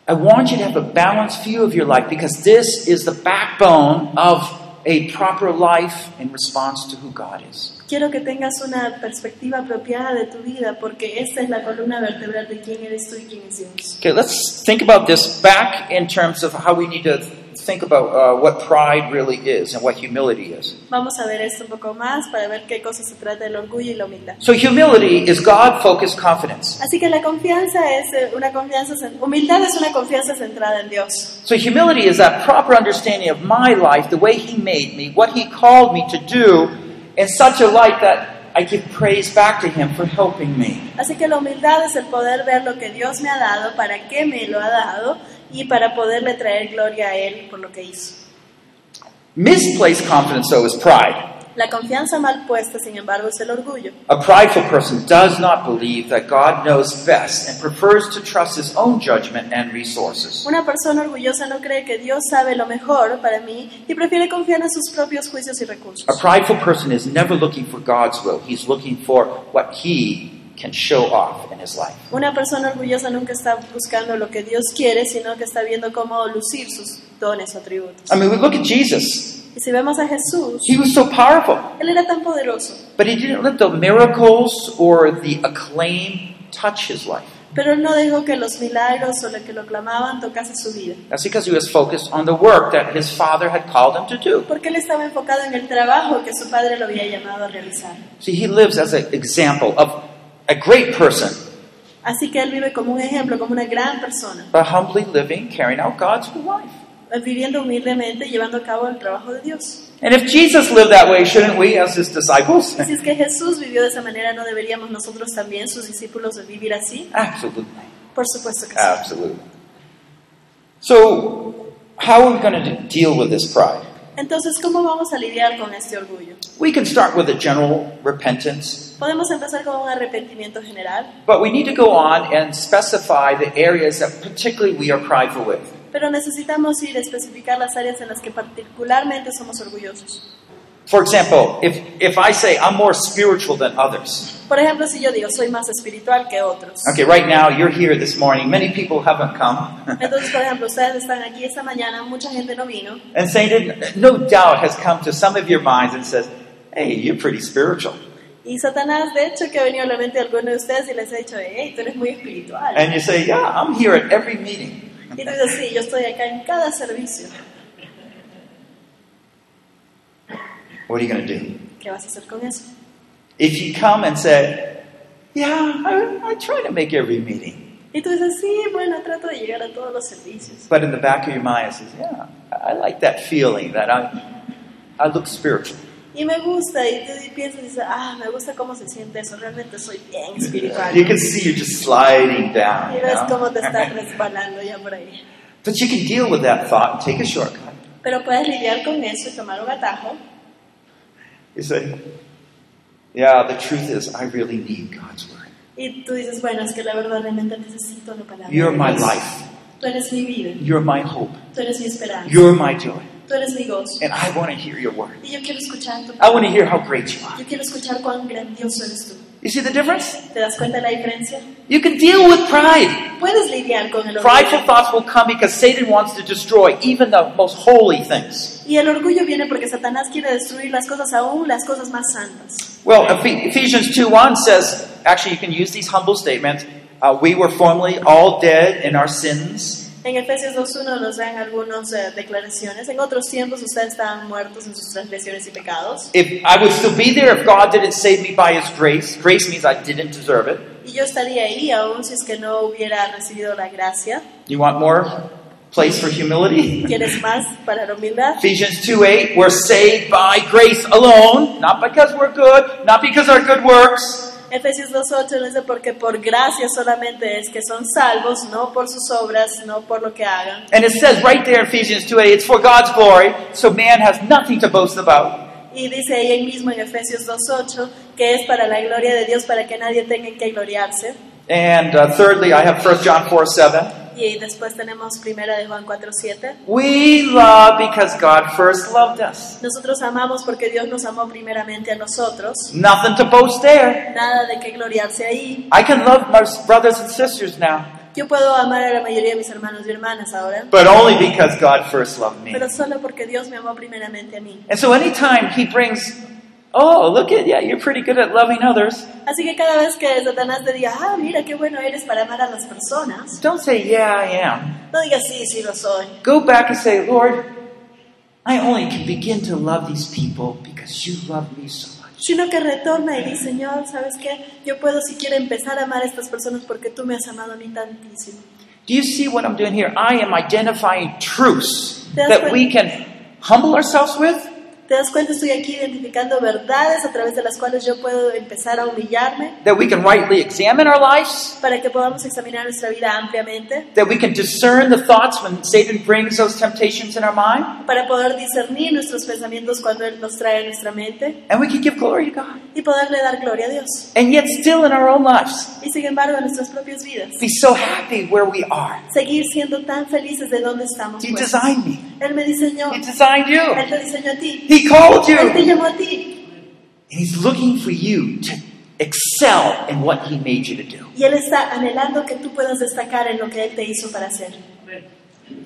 Speaker 3: I want you to have a balanced view of your life because this is the backbone of a proper life in response to who God is.
Speaker 2: Quiero que tengas una perspectiva apropiada de tu vida porque esta es la columna vertebral de quién eres tú y quién es Dios.
Speaker 3: Okay, let's think about this back in terms of how we need to think about uh, what pride really is and what humility is.
Speaker 2: Vamos a ver esto un poco más para ver qué cosa se trata del orgullo y la humildad.
Speaker 3: So, humility is God focused confidence.
Speaker 2: Así que la confianza es eh, una confianza, cen- humildad es una confianza centrada en Dios.
Speaker 3: So, humility is that proper understanding of my life, the way He made me, what He called me to do, in such a light that I give praise back to Him for helping me.
Speaker 2: Así que la humildad es el poder ver lo que Dios me ha dado, para qué me lo ha dado y para poderle traer gloria a Él por lo que hizo.
Speaker 3: Misplaced confidence, though, is pride.
Speaker 2: La confianza mal puesta, sin embargo, es el orgullo.
Speaker 3: A prideful person does not believe that God knows best and prefers to trust His own judgment and resources.
Speaker 2: Una persona orgullosa no cree que Dios sabe lo mejor para mí y prefiere confiar en sus propios juicios y
Speaker 3: A
Speaker 2: recursos.
Speaker 3: prideful person is never looking for God's will, he's looking for what He can show off in his life.
Speaker 2: Una persona orgullosa nunca está buscando lo que Dios quiere, sino que está viendo cómo lucir sus dones o atributos.
Speaker 3: I mean, we look at Jesus.
Speaker 2: Y si vemos a Jesús,
Speaker 3: He was so powerful.
Speaker 2: Él era tan poderoso,
Speaker 3: But he didn't let the miracles or the acclaim touch his life.
Speaker 2: pero Él no dejó que los milagros o lo que lo clamaban tocase su vida,
Speaker 3: That's because he was focused on the work that his father had called him to do.
Speaker 2: porque Él estaba enfocado en el trabajo que su padre lo había llamado a realizar.
Speaker 3: See, he lives as an example of a great person,
Speaker 2: Así que Él vive como un ejemplo, como una gran persona.
Speaker 3: but humbly living, carrying out God's will life.
Speaker 2: viviendo humildemente, llevando a cabo el trabajo de Dios.
Speaker 3: And if Jesus lived that way, shouldn't we, as his disciples?
Speaker 2: Y si es que Jesús vivió de esa manera, ¿no deberíamos nosotros también, sus discípulos, vivir así?
Speaker 3: Absolutely.
Speaker 2: Por supuesto que sí.
Speaker 3: Absolutely. So, how are we going to deal with this pride?
Speaker 2: Entonces, ¿cómo vamos a lidiar con este orgullo?
Speaker 3: We can start with a general repentance
Speaker 2: Podemos empezar con un arrepentimiento general,
Speaker 3: But we need to go on and specify the areas that particularly we are prideful with.
Speaker 2: pero necesitamos ir a especificar las áreas en las que particularmente somos orgullosos.
Speaker 3: For example, if, if I say I'm more spiritual than others,
Speaker 2: Por ejemplo, si yo digo, soy más espiritual que otros.
Speaker 3: okay, right now you're here this morning, many people haven't come.
Speaker 2: Entonces, por ejemplo, ustedes están aquí esta mañana, mucha gente no vino,
Speaker 3: and Satan, no doubt, has come to some of your minds and says, hey, you're pretty spiritual.
Speaker 2: y Satanás, de hecho, que ha venido a la mente de alguno de ustedes y les ha dicho, hey, tú eres muy espiritual.
Speaker 3: And you say, yeah, I'm here at every meeting.
Speaker 2: Y tú dices, sí, yo estoy acá en cada servicio.
Speaker 3: What are you going to do?
Speaker 2: ¿Qué vas a hacer con eso?
Speaker 3: If you come and say, yeah, I, I try to make every meeting,
Speaker 2: Y tú dices, sí, bueno, trato de llegar a todos los servicios.
Speaker 3: But in the back of your mind, it says, yeah, I I like that feeling that I, I look spiritual.
Speaker 2: Y me gusta, y tú piensas, dices, ah, me gusta cómo se siente eso, realmente soy bien espiritual.
Speaker 3: You can see you're just sliding down.
Speaker 2: Y
Speaker 3: you
Speaker 2: ves cómo te estás
Speaker 3: know?
Speaker 2: resbalando ya por ahí.
Speaker 3: but you can deal with that thought and take a shortcut.
Speaker 2: Pero puedes lidiar con eso y tomar un atajo.
Speaker 3: You say, yeah, the truth is, I really need God's word.
Speaker 2: Y tú dices, bueno, es que la verdad realmente necesito la palabra.
Speaker 3: You're
Speaker 2: de
Speaker 3: my
Speaker 2: Dios.
Speaker 3: life.
Speaker 2: Tú eres mi vida,
Speaker 3: You're my hope.
Speaker 2: tú eres mi esperanza,
Speaker 3: You're my joy.
Speaker 2: tú eres mi gozo.
Speaker 3: And I want to hear your word.
Speaker 2: Y yo quiero escuchar tu
Speaker 3: I want to hear how great you are.
Speaker 2: Yo quiero escuchar cuán grandioso eres tú.
Speaker 3: You see the difference?
Speaker 2: ¿Te das cuenta de la diferencia?
Speaker 3: You can deal with pride.
Speaker 2: Puedes lidiar con el
Speaker 3: Prideful
Speaker 2: orgullo.
Speaker 3: thoughts will come because Satan wants to destroy even the most holy things.
Speaker 2: Y el orgullo viene porque Satanás quiere destruir las cosas, aún las cosas más santas.
Speaker 3: Well, Ephe- Ephesians 2 1 says, actually, you can use these humble statements. Uh, we were formerly all dead in our sins.
Speaker 2: En Efesios 2.1 nos dan algunas eh, declaraciones. En otros tiempos ustedes estaban muertos en sus transgresiones y pecados.
Speaker 3: If I would still be there if God didn't save me by His grace. Grace means I didn't deserve it.
Speaker 2: Y yo estaría ahí aún si es que no hubiera recibido la gracia.
Speaker 3: You want more place for humility?
Speaker 2: ¿Quieres más para la humildad?
Speaker 3: Ephesians 2 8, we're saved by grace alone, not because we're good, not because our good works.
Speaker 2: Efesios 2.8 dice, porque por gracia solamente es que son salvos, no por sus obras, no por lo que hagan.
Speaker 3: And it says right there in Ephesians 2 8, it's for God's glory, so man has nothing to boast about.
Speaker 2: Y dice ahí mismo en Efesios 2.8 que es para la gloria de Dios, para que nadie tenga que gloriarse.
Speaker 3: And uh, thirdly, I have 1 John 4 7.
Speaker 2: Y después tenemos primera de Juan 4.7.
Speaker 3: We love because God first loved us.
Speaker 2: Nosotros amamos porque Dios nos amó primeramente a nosotros.
Speaker 3: Nothing to boast there.
Speaker 2: Nada de que gloriarse ahí.
Speaker 3: I can love my brothers and sisters now,
Speaker 2: Yo puedo amar a la mayoría de mis hermanos y hermanas ahora,
Speaker 3: but only because God first loved me.
Speaker 2: pero solo porque Dios me amó primeramente a mí.
Speaker 3: And so anytime he brings, oh, look at, yeah, you're pretty good at loving others.
Speaker 2: Así que cada vez que Satanás te diga, ah, mira qué bueno eres para amar a las personas,
Speaker 3: Don't say, yeah, I am.
Speaker 2: No digas sí, sí lo soy.
Speaker 3: Go back and say, Lord, I only can begin to love these people because you love me so much.
Speaker 2: Sino que retorna y dice, Señor, ¿sabes qué? Yo puedo siquiera empezar a amar a estas personas porque tú me has amado a mí tantísimo.
Speaker 3: Do you see what I'm doing here? I am identifying truths
Speaker 2: That's
Speaker 3: that
Speaker 2: what-
Speaker 3: we can humble ourselves with,
Speaker 2: ¿Te das cuenta? Estoy aquí identificando verdades a través de las cuales yo puedo empezar a humillarme
Speaker 3: that we can rightly examine our lives,
Speaker 2: para que podamos examinar nuestra vida ampliamente,
Speaker 3: that we can discern the thoughts when Satan brings those temptations in our mind,
Speaker 2: para poder discernir nuestros pensamientos cuando Él nos trae a nuestra mente
Speaker 3: and we can give glory to God.
Speaker 2: y poderle dar gloria a Dios.
Speaker 3: And yet, still in our own lives,
Speaker 2: Y sin embargo, en nuestras propias vidas,
Speaker 3: be so happy where we are.
Speaker 2: seguir siendo tan felices de donde estamos.
Speaker 3: He
Speaker 2: puestos.
Speaker 3: designed me.
Speaker 2: Él me diseñó,
Speaker 3: He
Speaker 2: Él
Speaker 3: designed you.
Speaker 2: te diseñó a ti,
Speaker 3: He called you.
Speaker 2: Él te
Speaker 3: And
Speaker 2: llamó a ti.
Speaker 3: He's looking for you to excel in what He made you to do.
Speaker 2: Y Él está anhelando que tú puedas destacar en lo que Él te hizo para hacer.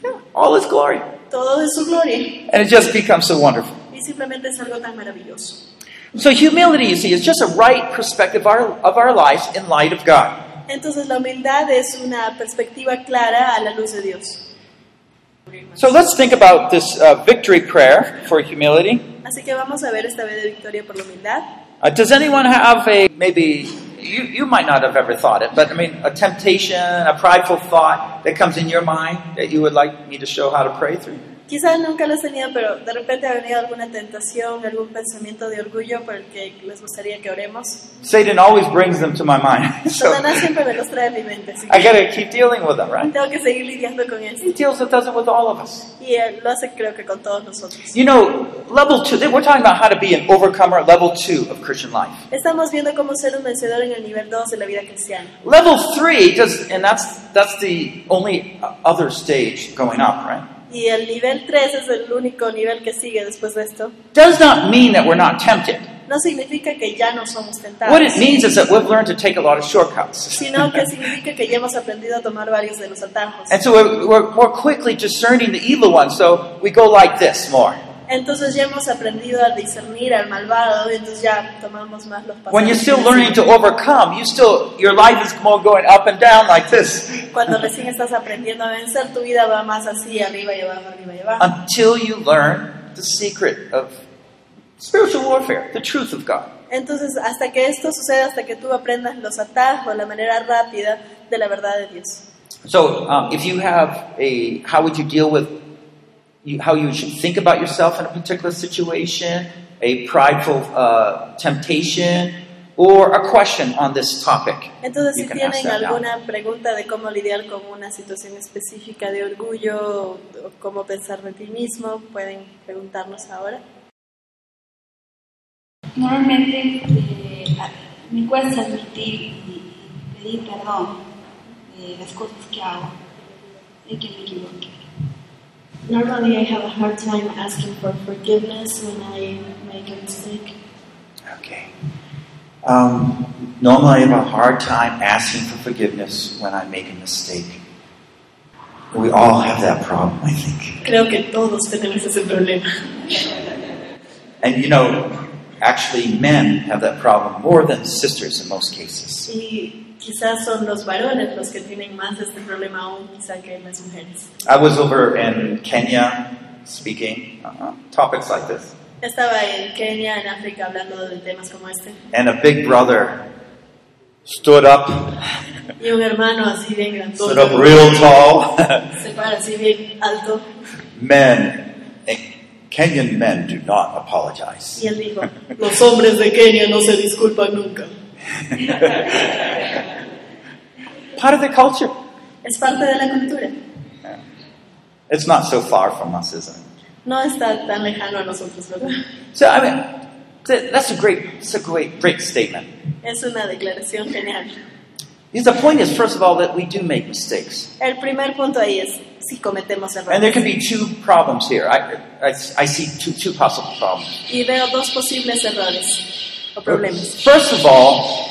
Speaker 3: Yeah, all His glory.
Speaker 2: Todo de su gloria.
Speaker 3: And it just becomes so wonderful.
Speaker 2: Y simplemente es algo tan maravilloso.
Speaker 3: So, humility, you see, is just a right perspective of our, of our lives in light of God.
Speaker 2: Entonces la humildad es una perspectiva clara a la luz de Dios.
Speaker 3: So, let's think about this uh, victory prayer for humility.
Speaker 2: Así que vamos a ver esta vez de victoria por la humildad.
Speaker 3: Uh, does anyone have a maybe? You, you might not have ever thought it, but I mean, a temptation, a prideful thought that comes in your mind that you would like me to show how to pray through?
Speaker 2: Quizás nunca lo has tenido, pero de repente ha venido alguna tentación, algún pensamiento de orgullo por el que les gustaría que oremos.
Speaker 3: Satan always brings them to my mind. So
Speaker 2: Satanás siempre me los trae a mi mente, así
Speaker 3: I
Speaker 2: que
Speaker 3: got to keep dealing with them, right?
Speaker 2: tengo que seguir lidiando con eso.
Speaker 3: He deals with does it with all of us.
Speaker 2: Y Él lo hace creo que con todos nosotros.
Speaker 3: You know, level two, we're talking about how to be an overcomer, level two of Christian life.
Speaker 2: Estamos viendo cómo ser un vencedor en el nivel 2 de la vida cristiana.
Speaker 3: Level three, just, and that's, that's the only other stage going up, right?
Speaker 2: Y el nivel 3 es el único nivel que sigue después de esto.
Speaker 3: Does not mean that we're not tempted.
Speaker 2: No significa que ya no somos
Speaker 3: What it
Speaker 2: tentados,
Speaker 3: means is that we've learned to take a lot of shortcuts.
Speaker 2: sino que significa que ya hemos aprendido a tomar varios de los atajos.
Speaker 3: And so we're, we're more quickly discerning the evil one, so we go like this more.
Speaker 2: Entonces ya hemos aprendido a discernir al malvado y entonces ya tomamos más los
Speaker 3: When you're
Speaker 2: pasos.
Speaker 3: still learning to overcome, you still, your life is more going up and down like this.
Speaker 2: Cuando recién estás aprendiendo a vencer, tu vida va más
Speaker 3: Ah.
Speaker 2: así, arriba y abajo, arriba y abajo.
Speaker 3: until you learn the secret of spiritual warfare, the truth of God.
Speaker 2: Entonces, hasta que esto suceda, hasta que tú aprendas los atajos, la manera rápida de la verdad de Dios.
Speaker 3: So, um, if you have a, how would you deal with you, how you should think about yourself in a particular situation, a prideful uh, temptation, or a question on this topic?
Speaker 2: Entonces,
Speaker 3: You
Speaker 2: si
Speaker 3: can ask that
Speaker 2: tienen
Speaker 3: now.
Speaker 2: alguna pregunta de cómo lidiar con una situación específica de orgullo o o cómo pensar de ti mismo, pueden preguntarnos ahora.
Speaker 4: Normalmente eh, a- me cuesta admitir y pedir perdón de las cosas que hago, de que me equivoqué.
Speaker 5: Normally, I have a hard time asking for forgiveness when I make a mistake.
Speaker 3: Okay. Um, normally, I have a hard time asking for forgiveness when I make a mistake. We all have that problem, I think.
Speaker 2: Creo que todos tenemos ese problema.
Speaker 3: And you know, actually, men have that problem more than sisters in most cases.
Speaker 2: Y quizás son los varones los que tienen más este problema aún quizá que las mujeres.
Speaker 3: I was over in Kenya speaking uh, topics like this,
Speaker 2: Estaba en Kenia, en África, hablando de temas como este.
Speaker 3: and a big brother stood up,
Speaker 2: Y un hermano así bien
Speaker 3: stood up
Speaker 2: grandote,
Speaker 3: real tall.
Speaker 2: se para así bien alto,
Speaker 3: men, and Kenyan men do not apologize.
Speaker 2: y él dijo, los hombres de Kenia no se disculpan nunca.
Speaker 3: Part of the culture.
Speaker 2: Es parte de la cultura.
Speaker 3: It's not so far from us, is it?
Speaker 2: No está tan lejano a nosotros, ¿verdad?
Speaker 3: So I mean, th- that's a great, that's a great, great statement.
Speaker 2: Es una declaración genial.
Speaker 3: Because the point is, first of all, that we do make mistakes,
Speaker 2: El primer punto ahí es si cometemos
Speaker 3: and there
Speaker 2: errores.
Speaker 3: can be two problems here. I, I, I see two, two possible problems.
Speaker 2: Y veo dos posibles errores o problemas.
Speaker 3: First of all,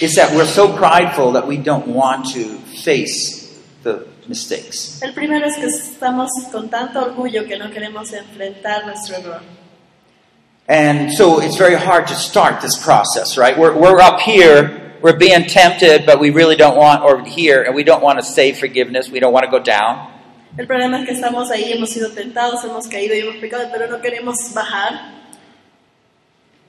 Speaker 3: is that we're so prideful that we don't want to face the mistakes.
Speaker 2: El primero es que estamos con tanto orgullo que no queremos enfrentar nuestro error.
Speaker 3: And so it's very hard to start this process, right? We're, we're up here, we're being tempted, but we really don't want, or here, and we don't want to say forgiveness, we don't want to go down.
Speaker 2: El problema es que estamos ahí, hemos sido tentados, hemos caído y hemos pecado, pero no queremos bajar.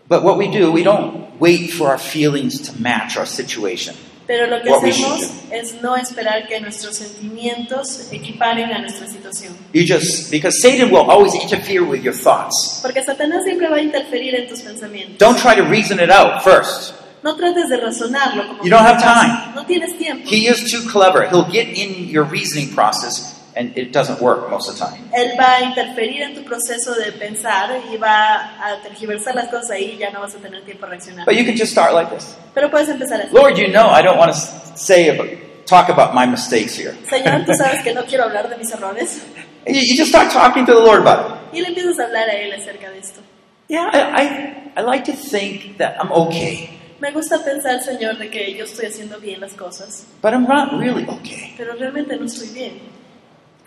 Speaker 3: But what we do, we don't wait for our feelings to match our situation.
Speaker 2: Pero lo que
Speaker 3: What we
Speaker 2: hacemos
Speaker 3: should
Speaker 2: es no esperar que nuestros sentimientos equiparen a nuestra situación.
Speaker 3: You just, because Satan will always interfere with your thoughts.
Speaker 2: Porque Satanás siempre va a interferir en tus pensamientos.
Speaker 3: Don't try to reason it out first.
Speaker 2: No trates de razonarlo. Como
Speaker 3: You don't have
Speaker 2: que pasa.
Speaker 3: time.
Speaker 2: No tienes tiempo.
Speaker 3: He is too clever. He'll get in your reasoning process, and it doesn't work most of the time.
Speaker 2: Él va a interferir en tu proceso de pensar y va a tergiversar las cosas y ya no vas a tener tiempo a reaccionar.
Speaker 3: But you can just start like this
Speaker 2: Pero puedes empezar así.
Speaker 3: Lord, you know I don't want to say about, talk about my mistakes here.
Speaker 2: Señor, tú sabes que no quiero hablar de mis errores.
Speaker 3: You, you just start talking to the Lord about it.
Speaker 2: Y le empiezas a hablar a él acerca de esto.
Speaker 3: Yeah, I, I, I like to think that I'm okay,
Speaker 2: Me gusta pensar, Señor, de que yo estoy haciendo bien las cosas,
Speaker 3: but I'm not really okay.
Speaker 2: pero realmente no estoy bien.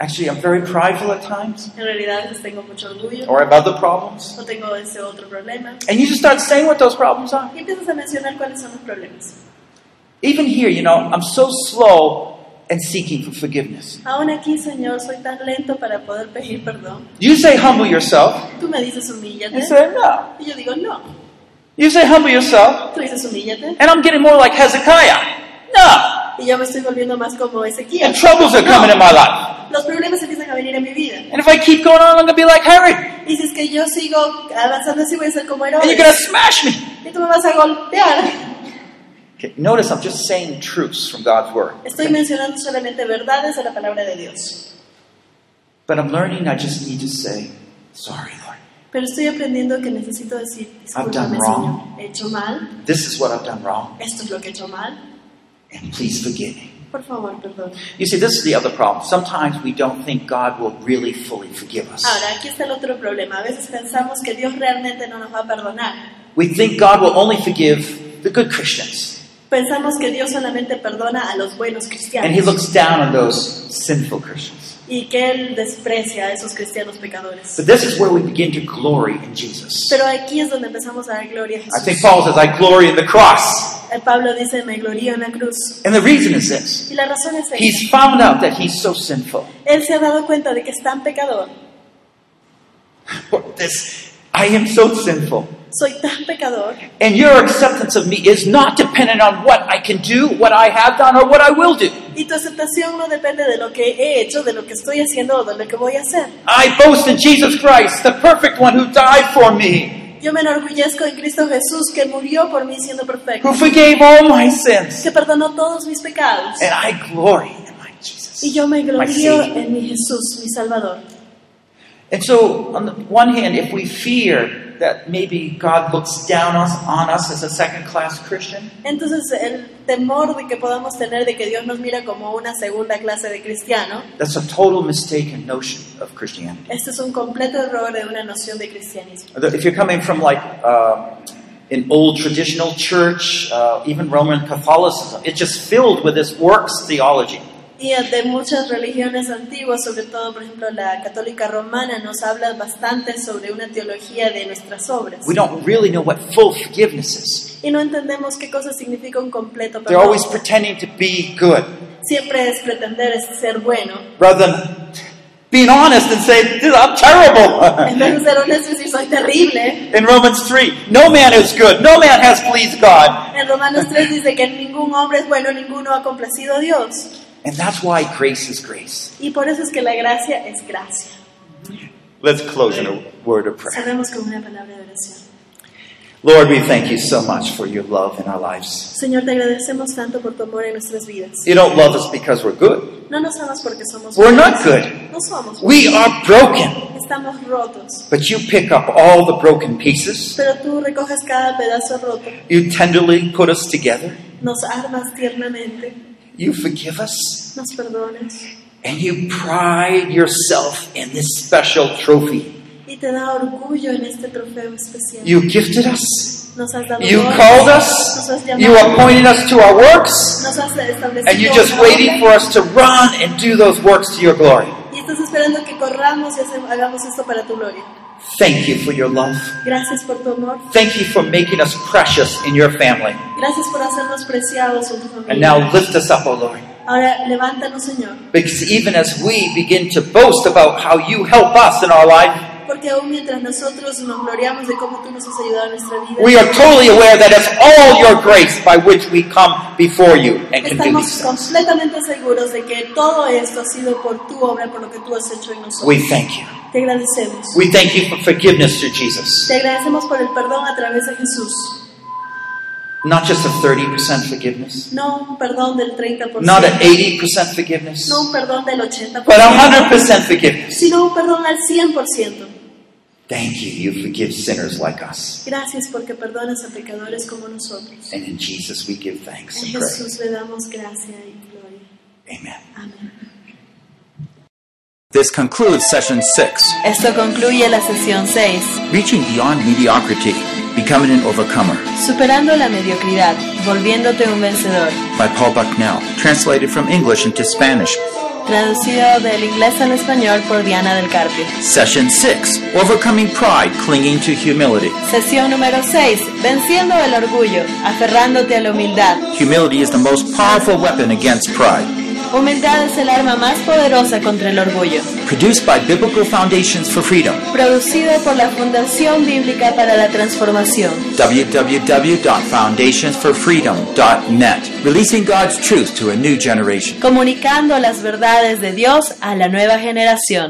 Speaker 3: Actually, I'm very prideful at times,
Speaker 2: En realidad, pues, tengo mucho orgullo,
Speaker 3: or I have other problems.
Speaker 2: o tengo ese otro problema.
Speaker 3: And you just start saying what those problems are.
Speaker 2: Y empiezas a mencionar cuáles son los problemas.
Speaker 3: Even here, you know, I'm so slow in seeking for forgiveness.
Speaker 2: Aún aquí, Señor, soy tan lento para poder pedir perdón.
Speaker 3: You say humble yourself.
Speaker 2: Tú me dices
Speaker 3: You
Speaker 2: humíllate.
Speaker 3: say no.
Speaker 2: Y yo digo, no.
Speaker 3: You say humble yourself,
Speaker 2: Tú dices humíllate.
Speaker 3: and I'm getting more like Hezekiah. No.
Speaker 2: Y yo me estoy volviendo más como Ezequiel.
Speaker 3: And troubles are coming in my life.
Speaker 2: Los problemas empiezan a venir en mi vida.
Speaker 3: And if I keep going on, I'm gonna be like Herod,
Speaker 2: Y si es que yo sigo avanzando así, voy a ser como
Speaker 3: and you're
Speaker 2: Herodes.
Speaker 3: gonna smash me.
Speaker 2: Y tú me vas a golpear.
Speaker 3: Okay, notice I'm just saying truths from God's Word.
Speaker 2: Estoy mencionando solamente verdades de la palabra de Dios,
Speaker 3: But I'm learning I just need to say, sorry, Lord.
Speaker 2: pero estoy aprendiendo que necesito decir, discúlpame,
Speaker 3: I've done wrong.
Speaker 2: Señor, he hecho mal,
Speaker 3: This is what I've done wrong,
Speaker 2: esto es lo que he hecho mal,
Speaker 3: and please forgive me.
Speaker 2: por favor, perdón.
Speaker 3: You see, this is the other problem. Sometimes we don't think God will really fully forgive us.
Speaker 2: Ahora, aquí está el otro problema. A veces pensamos que Dios realmente no nos va a perdonar.
Speaker 3: We think God will only forgive the good Christians,
Speaker 2: Pensamos que Dios solamente perdona a los buenos
Speaker 3: and He
Speaker 2: cristianos
Speaker 3: looks down on those sinful Christians.
Speaker 2: y que Él desprecia a esos cristianos pecadores.
Speaker 3: But this is where we begin to glory in Jesus.
Speaker 2: Pero aquí es donde empezamos a dar gloria a
Speaker 3: I think
Speaker 2: Jesús.
Speaker 3: Paul says, I glory in the cross.
Speaker 2: El Pablo dice, me glorío en la cruz.
Speaker 3: And the reason is this
Speaker 2: Y la razón es esta.
Speaker 3: He's found out that he's so sinful.
Speaker 2: Él se ha dado cuenta de que es tan pecador
Speaker 3: But this I am so sinful.
Speaker 2: Soy tan pecador
Speaker 3: And your acceptance of me is not dependent on what I can do, what I have done, or what I will do.
Speaker 2: y tu aceptación no depende de lo que he hecho, de lo que estoy haciendo o de lo que voy a hacer.
Speaker 3: I boast in Jesus Christ, the perfect one who died for me,
Speaker 2: Yo me enorgullezco en Cristo Jesús que murió por mí siendo perfecto,
Speaker 3: who forgave all my sins.
Speaker 2: que perdonó todos mis pecados.
Speaker 3: And I glory in my Jesus.
Speaker 2: Y yo me
Speaker 3: my
Speaker 2: glorío
Speaker 3: Savior.
Speaker 2: en mi Jesús, mi Salvador.
Speaker 3: And so, on the one hand, if we fear that maybe God looks down us, on us as a second class Christian,
Speaker 2: Entonces el temor de que podamos tener de que Dios nos mira como una segunda clase de cristiano,
Speaker 3: that's a total mistaken notion of Christianity.
Speaker 2: este es un completo error de una noción de cristianismo.
Speaker 3: If you're coming from like uh, an old traditional church, uh, even Roman Catholicism, it's just filled with this works theology.
Speaker 2: Y de muchas religiones antiguas, sobre todo por ejemplo la católica romana, nos habla bastante sobre una teología de nuestras obras.
Speaker 3: We don't really know what full forgiveness is.
Speaker 2: Y no entendemos qué cosa significa un completo
Speaker 3: They're
Speaker 2: perdón.
Speaker 3: always pretending to be good
Speaker 2: Siempre es pretender es ser bueno.
Speaker 3: rather than being honest and saying, "Dude, I'm terrible.
Speaker 2: Entonces ser honesto y decir soy terrible.
Speaker 3: In Romans 3, no man is good, no man has pleased God.
Speaker 2: En Romanos 3 dice que ningún hombre es bueno, ninguno ha complacido a Dios.
Speaker 3: And that's why grace is grace.
Speaker 2: Y por eso es que la gracia es gracia.
Speaker 3: Let's close in a word of prayer.
Speaker 2: Cerremos con una palabra de oración.
Speaker 3: Lord, we thank you so much for your love in our lives.
Speaker 2: Señor, te agradecemos tanto por tu amor en nuestras vidas.
Speaker 3: You don't love us because we're good.
Speaker 2: No nos amas porque somos
Speaker 3: We're not
Speaker 2: buenos.
Speaker 3: good.
Speaker 2: No somos
Speaker 3: We are broken,
Speaker 2: buenos. Estamos rotos.
Speaker 3: but you pick up all the broken pieces.
Speaker 2: Pero tú recoges cada pedazo roto.
Speaker 3: You tenderly put us together.
Speaker 2: Nos armas tiernamente.
Speaker 3: You forgive us,
Speaker 2: Nos perdonas.
Speaker 3: and you pride yourself in this special trophy.
Speaker 2: Y te da orgullo en este trofeo especial.
Speaker 3: You gifted us.
Speaker 2: nos has dado
Speaker 3: You
Speaker 2: dones.
Speaker 3: called
Speaker 2: Nos
Speaker 3: us.
Speaker 2: has llamado.
Speaker 3: You appointed us to our works.
Speaker 2: Nos has establecido.
Speaker 3: And you're just
Speaker 2: una
Speaker 3: waiting
Speaker 2: orden.
Speaker 3: for us to run and do those works to your glory.
Speaker 2: Y estás esperando que corramos y hace- hagamos esto para tu gloria.
Speaker 3: Thank you for your love.
Speaker 2: Gracias por tu amor.
Speaker 3: Thank you for making us precious in your family.
Speaker 2: Gracias por hacernos preciados en tu familia.
Speaker 3: And now lift us up, O Lord.
Speaker 2: Ahora levántanos, Señor.
Speaker 3: Because even as we begin to boast about how you help us in our life,
Speaker 2: Porque aún mientras nosotros nos gloriamos de cómo tú nos has ayudado en nuestra vida,
Speaker 3: we are totally aware that it's all your grace by which we come before you and can do
Speaker 2: estamos
Speaker 3: these things.
Speaker 2: completamente seguros de que todo esto ha sido por tu obra, por lo que tú has hecho en nosotros.
Speaker 3: We thank you.
Speaker 2: Te agradecemos.
Speaker 3: We thank you for forgiveness through Jesus.
Speaker 2: Te agradecemos por el perdón a través de Jesús.
Speaker 3: Not just a 30% forgiveness,
Speaker 2: No un perdón del 30%.
Speaker 3: not an 80% forgiveness,
Speaker 2: no un perdón del 80%.
Speaker 3: but a 100% forgiveness.
Speaker 2: sino un perdón al 100%.
Speaker 3: Thank you. You forgive sinners like us.
Speaker 2: Gracias porque perdonas a pecadores como nosotros.
Speaker 3: And in Jesus we give thanks
Speaker 2: En
Speaker 3: and pray.
Speaker 2: Jesús le damos gracia y gloria.
Speaker 3: Amen.
Speaker 2: Amén.
Speaker 1: This concludes session six
Speaker 6: Esto concluye la sesión 6,
Speaker 1: Reaching Beyond Mediocrity, Becoming an Overcomer
Speaker 6: Superando la Mediocridad, Volviéndote un Vencedor,
Speaker 1: by Paul Bucknell, translated from English into Spanish.
Speaker 6: traducido del inglés al español por Diana del Carpio.
Speaker 1: Session six Overcoming Pride, Clinging to Humility.
Speaker 6: Sesión número 6, Venciendo el Orgullo, Aferrándote a la Humildad.
Speaker 1: Humility is the most powerful weapon against pride.
Speaker 6: Humildad es el arma más poderosa contra el orgullo.
Speaker 1: Produced by Biblical Foundations for Freedom,
Speaker 6: Producido por la Fundación Bíblica para la Transformación.
Speaker 1: www.foundationsforfreedom.net, releasing God's truth to a new generation.
Speaker 6: Comunicando las verdades de Dios a la nueva generación.